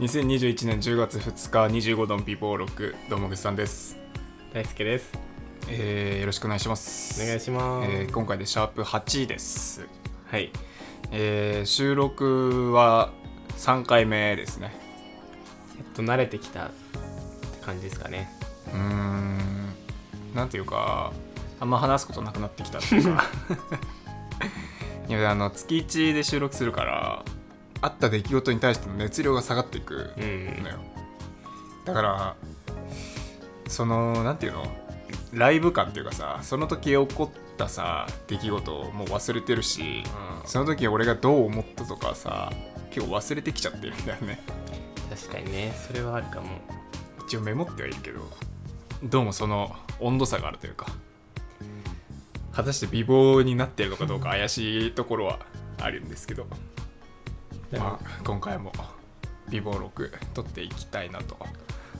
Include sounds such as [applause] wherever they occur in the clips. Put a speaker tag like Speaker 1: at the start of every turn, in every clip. Speaker 1: 2021年10月2日25ドンピ暴録どうもぐっさんです、
Speaker 2: 大輔です
Speaker 1: えー、よろしくお願いします
Speaker 2: お願いします、
Speaker 1: えー今回でシャープ8です、
Speaker 2: はい
Speaker 1: えー、収録は3回目ですね
Speaker 2: やっと慣れてきたって感じですかね
Speaker 1: うーんなんていうかあんま話すことなくなってきたっていう
Speaker 2: [laughs]
Speaker 1: かいやあの月1で収録するからあった出来事に対しての熱量が下がっていく
Speaker 2: うん、
Speaker 1: のよだからそのなんていうのライブ感っていうかさその時起こったさ出来事をもう忘れてるしその時俺がどう思ったとかさ結構忘れてきちゃってるんだよね
Speaker 2: 確かにねそれはあるかも
Speaker 1: 一応メモってはいるけどどうもその温度差があるというか果たして美貌になってるのかどうか怪しいところはあるんですけど、まあ、今回も美貌録取っていきたいなと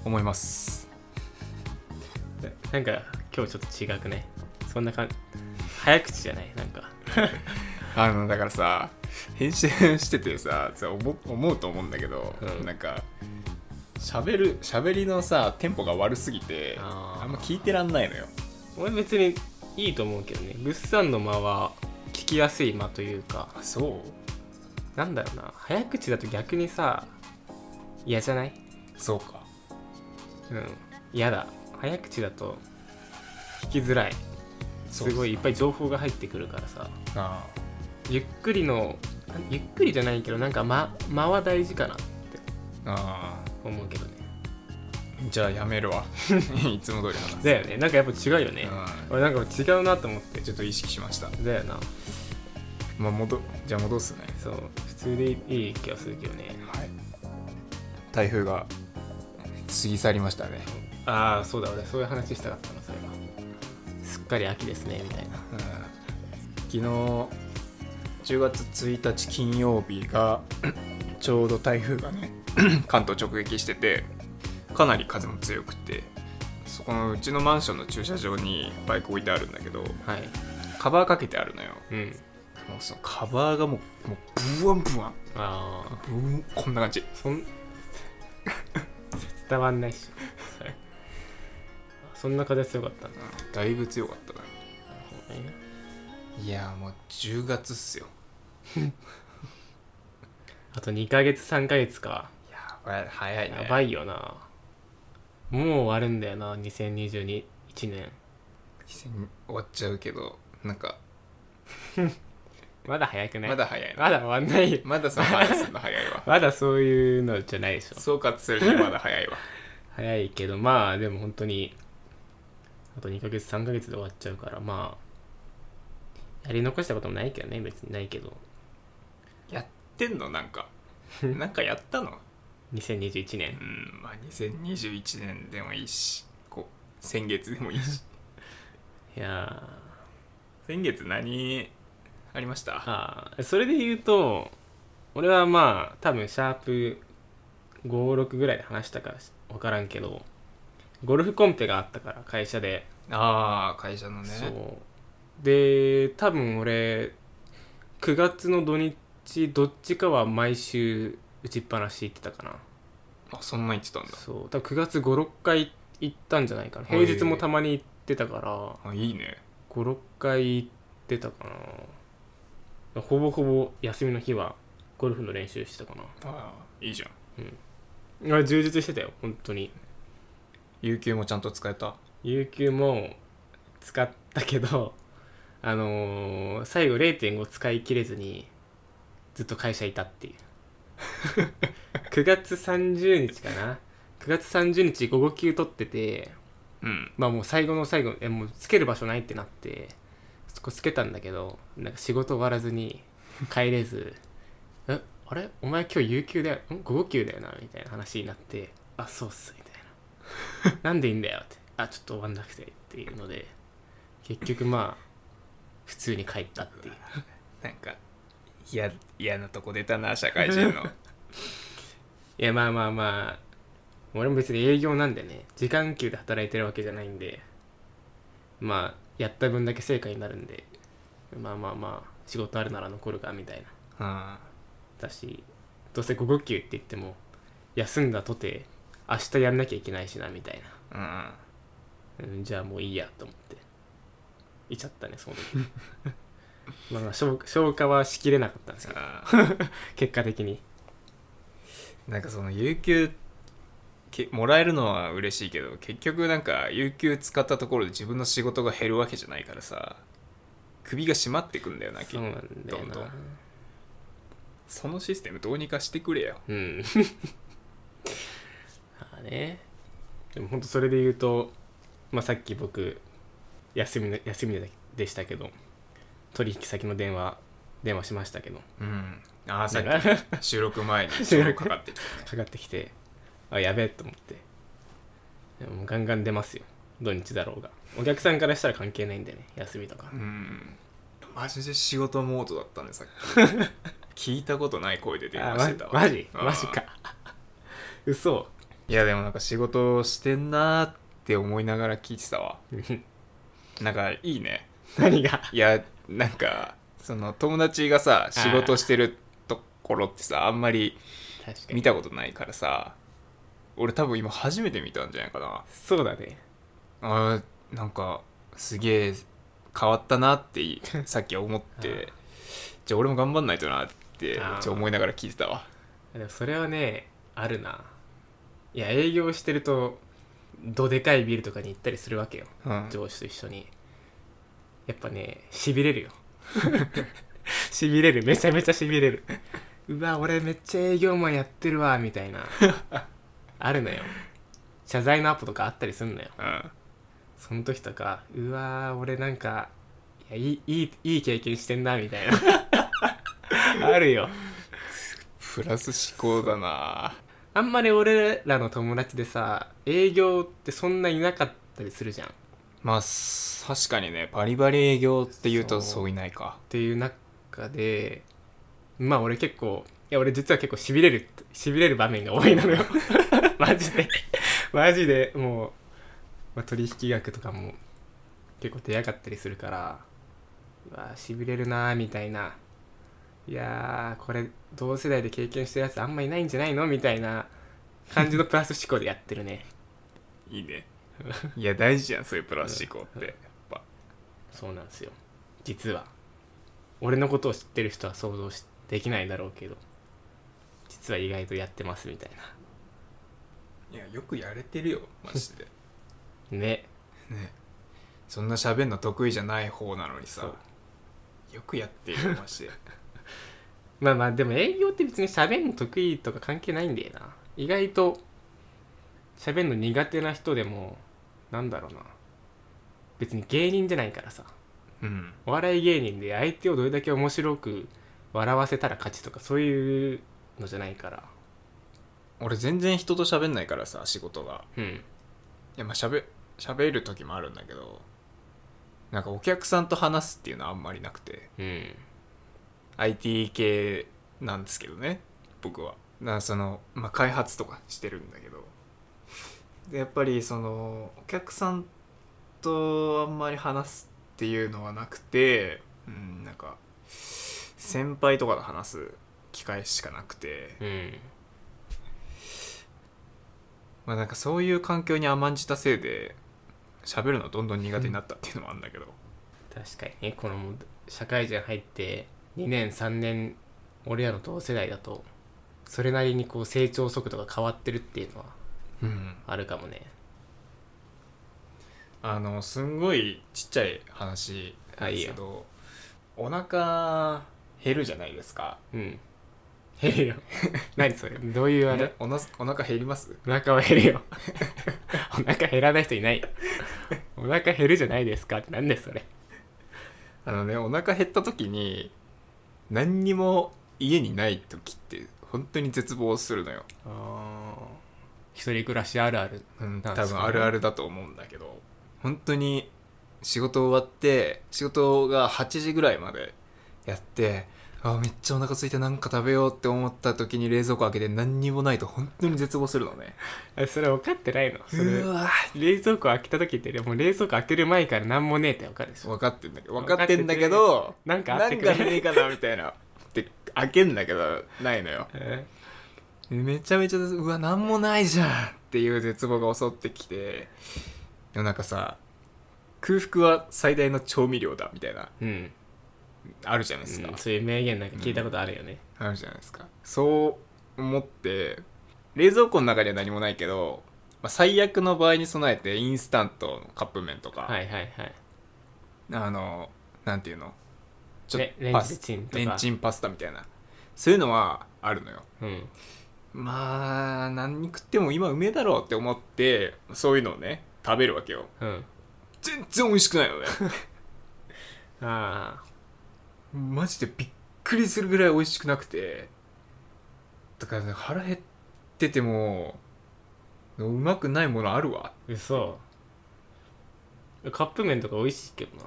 Speaker 1: 思います
Speaker 2: なんか今日ちょっと違くねそんな感じ早口じゃないなんか
Speaker 1: あのだからさ編集しててささ思思うと思うんだけど、
Speaker 2: うん
Speaker 1: なんか喋る喋りのさテンポが悪すぎて
Speaker 2: あ
Speaker 1: あ
Speaker 2: ー
Speaker 1: んま聞いてらんないのよ
Speaker 2: 俺別にいいと思うけどねぐっさんの間は聞きやすい間というか
Speaker 1: あそう
Speaker 2: なんだろうな早口だと逆にさ嫌じゃない
Speaker 1: そうか
Speaker 2: うん嫌だ早口だと聞きづらいす
Speaker 1: そう
Speaker 2: ごいいっぱい情報が入ってくるからさ
Speaker 1: あ
Speaker 2: ゆっくりのゆっくりじゃないけどなんか間間は大事かなって
Speaker 1: ーあー
Speaker 2: 思うけどね
Speaker 1: じゃあやめる [laughs] わいつも通り話す
Speaker 2: だよねなんかやっぱ違うよね
Speaker 1: う
Speaker 2: 俺なんか違うなと思って
Speaker 1: んちょっと意識しました、
Speaker 2: だよな
Speaker 1: まあ、戻じゃあ戻すね
Speaker 2: そう普通でいい気がするけどね
Speaker 1: はい台風が過ぎ去りましたね
Speaker 2: ああそうだ俺そういう話したかったのそれがすっかり秋ですねみたいな
Speaker 1: うん昨日10月1日金曜日が [clears throat] ちょうど台風がね [clears throat] 関東直撃しててかなり風も強くてそこのうちのマンションの駐車場にバイク置いてあるんだけど
Speaker 2: はい
Speaker 1: カバーかけてあるのよ
Speaker 2: うん
Speaker 1: もうそのカバーがもうもうブワンブワン
Speaker 2: ああ
Speaker 1: ブーンこんな感じ
Speaker 2: そん [laughs] 伝わんないっしょそれそんな風強かったんだ
Speaker 1: うんだいぶ強かったないやもう10月っすよ
Speaker 2: あと2ヶ月3ヶ月か
Speaker 1: やばい早いね
Speaker 2: やばいよなもう終わるんだよな2021年
Speaker 1: 終わっちゃうけどなんか
Speaker 2: まだ早くない
Speaker 1: まだ早いな
Speaker 2: まだ終わんないよ
Speaker 1: まだその話すんの早いわ
Speaker 2: まだそういうのじゃないでしょ
Speaker 1: 総括するにはまだ早いわ
Speaker 2: 早いけどまあでも本当にあと2ヶ月3ヶ月で終わっちゃうからまあやり残したこともないけどね別にないけど
Speaker 1: やってんのなん [laughs] かなんかやったの
Speaker 2: 2021
Speaker 1: う
Speaker 2: 年
Speaker 1: んまあ2021年でもいいしこう先月でもいい [laughs] し
Speaker 2: いや
Speaker 1: 先月何ありました
Speaker 2: ーあーそれで言うと俺はまあ多分シャープ56ぐらいで話したか分からんけどゴルフコンペがあったから会社で
Speaker 1: あー会社のね
Speaker 2: そうで多分俺9月の土日どっちかは毎週打ちっぱなし行ってたかな
Speaker 1: あそんなん言ってたんだ
Speaker 2: そう多分9月56回行ったんじゃないかな平日もたまに行ってたから
Speaker 1: あいいね
Speaker 2: 56回行ってたかなほぼほぼ休みの日はゴルフの練習してたか
Speaker 1: ああいいじゃん
Speaker 2: なあ充実してたよ本当に
Speaker 1: 有給もちゃんと使えた
Speaker 2: 有給も使ったけど [laughs] あのー最後0.5使い切れずにずっと会社いたっていう [laughs] 9月30日かな9月30日午後休取ってて
Speaker 1: うん
Speaker 2: まあもう最後の最後えもうつける場所ないってなってそこつけたんだけどなんか仕事終わらずに帰れず [laughs] 「えあれお前今日有給だよん午後休だよな」みたいな話になって「あそうっす」みたいな
Speaker 1: [laughs]
Speaker 2: 「なんでいいんだよ」って「あちょっと終わんなくて」っていうので結局まあ普通に帰ったっていう
Speaker 1: なんか嫌嫌なとこ出たな社会人の [laughs]
Speaker 2: いやまあまあまあ俺も別に営業なんでね時間給で働いてるわけじゃないんでまあやった分だけ成果になるんでまあまあまあ仕事あるなら残るかみたいな
Speaker 1: うん
Speaker 2: だしどうせ午後休って言っても休んだとて明日やんなきゃいけないしなみたい
Speaker 1: うん
Speaker 2: な、うん、じゃあもういいやと思っていちゃったねそ
Speaker 1: [laughs]
Speaker 2: の時まあまあ消消化はしきれなかったんですけど結果的に
Speaker 1: なんかその有給けもらえるのは嬉しいけど結局なんか有給使ったところで自分の仕事が減るわけじゃないからさ首が締まってくんだよな
Speaker 2: そうなんだよ
Speaker 1: どんど
Speaker 2: なん
Speaker 1: そのシステムどうにかしてくれよ
Speaker 2: うん [laughs] まあねでも本当それで言うと、まあ、さっき僕休みの休みでしたけど取引先の電話電話しましたけど
Speaker 1: うんああさっ
Speaker 2: なんか
Speaker 1: き収録前
Speaker 2: [laughs]
Speaker 1: にちょうどかかってきた
Speaker 2: かかってきてあやべえと思ってでももうガンガン出ますよ土日だろうがお客さんからしたら関係ないんだよね休みとか
Speaker 1: うんマジで仕事モードだったねさっ
Speaker 2: [laughs]
Speaker 1: き聞いたことない声で電
Speaker 2: あ
Speaker 1: 話してたわ
Speaker 2: マジ
Speaker 1: うん
Speaker 2: マジか嘘
Speaker 1: いやでもなんか仕事してんなーって思いながら聞いてたわ
Speaker 2: うん
Speaker 1: なんかいいね
Speaker 2: 何が
Speaker 1: いやなんかその友達がさ仕事してるところってさあんまり
Speaker 2: 確か
Speaker 1: 見
Speaker 2: に
Speaker 1: たことないからさ俺多分今初めて見たんじゃないかな
Speaker 2: そうだね
Speaker 1: あーなんかすげえ変わったなって [laughs] いさっき思ってじゃあ俺も頑張んないとなってちょ
Speaker 2: あー
Speaker 1: っと思いながら聞いてたわ
Speaker 2: でもそれはねあるないや営業してるとどでかいビルとかに行ったりするわけよ
Speaker 1: うん
Speaker 2: 上司と一緒にやっぱねしびれるよ [laughs] しびれるめちゃめちゃしびれるうわ俺めっちゃ営業マンやってるわみたいなあるのよ謝罪のアップとかあったりすんのよ
Speaker 1: うん
Speaker 2: その時とかうわ俺なんかいやいいいいいい経験してんなみたい
Speaker 1: [laughs]
Speaker 2: なあるよ
Speaker 1: プラス思考だな
Speaker 2: あんまり俺らの友達でさ営業ってそんないなかったりするじゃんっ
Speaker 1: まあす確かにねバリバリ営業って言うと
Speaker 2: そう
Speaker 1: そういないか
Speaker 2: ていう中でまあ俺結構いや俺実は結構しびれるしびれる場面が多いなのよマジでマジでもう、まあ、取引額とかも結構出やがったりするからうわしびれるなーみたいないやーこれ同世代で経験してるやつあんまいないんじゃないのみたいな感じのプラス思考でやってるね
Speaker 1: いいねいや大事じゃんそういうプラス思考ってやっぱ
Speaker 2: そうなんですよ実は俺のことを知ってる人は想像しできないだろうけど実は意外とやってますみたい
Speaker 1: いやよくやれてるよマジで
Speaker 2: なね
Speaker 1: [laughs] ねそんな喋んの得意じゃない方なのにさ
Speaker 2: そ
Speaker 1: よくやって [laughs] るよマジで
Speaker 2: まあまあでも営業って別に喋るの得意とか関係ないんだよな意外と喋るの苦手な人でもなんだろうな別に芸人じゃないからさ
Speaker 1: うん
Speaker 2: お笑い芸人で相手をどれだけ面白く笑わせたら勝ちとかそういうのじゃないから
Speaker 1: 俺全然人と喋んないからさ仕事が
Speaker 2: うん
Speaker 1: いやまあ喋喋る時もあるんだけどなんかお客さんと話すっていうのはあんまりなくて
Speaker 2: うん
Speaker 1: IT 系なんですけどね僕はなその、まあ、開発とかしてるんだけどでやっぱりそのお客さんとあんまり話すっていうのはなくてうんなんか先輩とかと話す機会しかなくて、
Speaker 2: うん
Speaker 1: まあ、なんかそういう環境に甘んじたせいで喋るのどんどん苦手になったっていうのもあるんだけど、
Speaker 2: 確かにねこの社会人入って2年3年俺らの同世代だとそれなりにこう成長速度が変わってるっていうのは
Speaker 1: うん
Speaker 2: あるかもね
Speaker 1: あのすんごいちっちゃい話なんですけどお腹減るじゃないですか
Speaker 2: うん減る [laughs] よ何それどういうあれ
Speaker 1: おなお腹減ります
Speaker 2: お腹は減るよお腹減らない人いないお腹減るじゃないですかってなんでそれ
Speaker 1: あのねお腹減った時に何にも家にない時って本当に絶望するのよ、
Speaker 2: あ一人暮らしあるある
Speaker 1: うん、
Speaker 2: なん
Speaker 1: 多
Speaker 2: すか
Speaker 1: 分
Speaker 2: ね
Speaker 1: あるあるだと思うんだけど本当に仕事終わって仕事が8時ぐらいまでやってあめっちゃお腹空いてなんか食べようって思った時に冷蔵庫開けて何にもないと本当に絶望するのね
Speaker 2: あそれ分かってないのそれ
Speaker 1: うわ
Speaker 2: 冷蔵庫開けた時ってでも冷蔵庫開ける前から何もねえって分かるでしょ
Speaker 1: 分かってんだけど分かってんだけど
Speaker 2: なんかあ
Speaker 1: な
Speaker 2: っ
Speaker 1: ん
Speaker 2: て
Speaker 1: か
Speaker 2: くれ
Speaker 1: ねえかなみたいなで開けんだけどないのよ
Speaker 2: え
Speaker 1: めちゃめちゃうわ何もないじゃんっていう絶望が襲ってきてでもなんかさ空腹は最大の調味料だみたいな
Speaker 2: うん、
Speaker 1: あるじゃないですか、
Speaker 2: うんそういう名言なんか聞いたことあるよね、
Speaker 1: あるじゃないですかそう思って冷蔵庫の中には何もないけど、まあ、最悪の場合に備えてインスタントのカップ麺とか、
Speaker 2: はいはいはい
Speaker 1: あのなんていうのちょ
Speaker 2: レレン
Speaker 1: パス
Speaker 2: チンとか
Speaker 1: レンチンパスタみたいなそういうのはあるのよ
Speaker 2: うん
Speaker 1: まあ何食っても今うめえだろうって思ってそういうのをね食べるわけよ
Speaker 2: うん
Speaker 1: 全然美味しくないのね
Speaker 2: あ
Speaker 1: [laughs]
Speaker 2: あ
Speaker 1: マジでびっくりするぐらい美味しくなくてだから、ね、腹減っててもうまくないものあるわ
Speaker 2: 嘘カップ麺とか美味しいけどな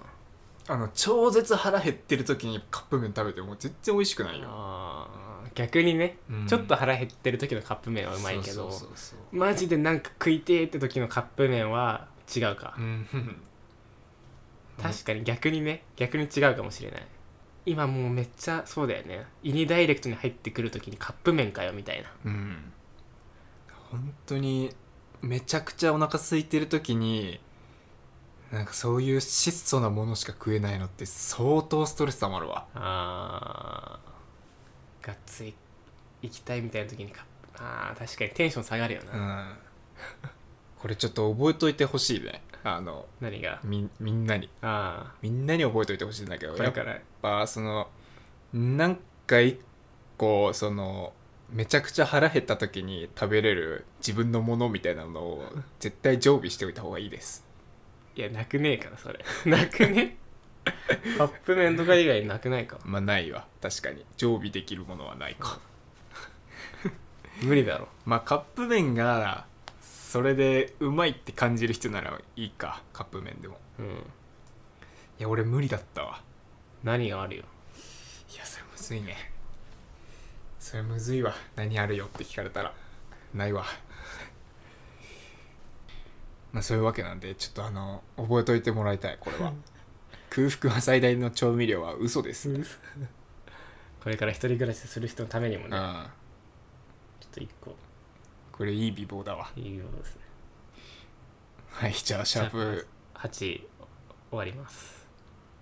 Speaker 1: あの超絶腹減ってる時にカップ麺食べても全然美味しくないよ
Speaker 2: あー逆にね、
Speaker 1: うん
Speaker 2: ちょっと腹減ってる時のカップ麺はうまいけ
Speaker 1: そ
Speaker 2: ど
Speaker 1: うそうそうそう
Speaker 2: マジでなんか食いてーって時のカップ麺は違うか、
Speaker 1: うん
Speaker 2: 確かに逆にね逆に違うかもしれない今もうめっちゃそうだよね胃にダイレクトに入ってくる時にカップ麺かよみたいな
Speaker 1: うん本当にめちゃくちゃお腹空いてる時になんかそういう質素なものしか食えないのって相当ストレスたまるわ
Speaker 2: あーがっつり行きたいみたいな時にカップあー確かにテンション下がるよな、
Speaker 1: うんこれちょっと覚えといてほしいねあの
Speaker 2: 何が
Speaker 1: みみんなに
Speaker 2: あ
Speaker 1: みんなに覚えといてほしいんだけ
Speaker 2: あ
Speaker 1: ど
Speaker 2: こ
Speaker 1: や
Speaker 2: れ
Speaker 1: っ
Speaker 2: から
Speaker 1: ぱそのなんか一個そのめちゃくちゃ腹減った時に食べれる自分のものみたいなのを絶対常備しておいた方がいいです
Speaker 2: いやなくねえからそれ [laughs] なくねカップ麺とか以外なくないか
Speaker 1: まあないわ確かに常備できるものはないか
Speaker 2: 無理だろ
Speaker 1: まあカップ麺がそれでうまいって感じる人ならいいかカップ麺でも
Speaker 2: うん
Speaker 1: いや俺無理だったわ
Speaker 2: 何があるよ
Speaker 1: いやそれむずいねそれむずいわ何あるよって聞かれたらないわ [laughs] まあそういうわけなんでちょっとあの覚えといてもらいたいこれは空腹は最大の調味料は嘘です、うん、
Speaker 2: これから一人暮らしする人のためにもねちょっと一個
Speaker 1: これいい美貌だわ
Speaker 2: いいようですね
Speaker 1: はいじゃあシャープ
Speaker 2: 8終わります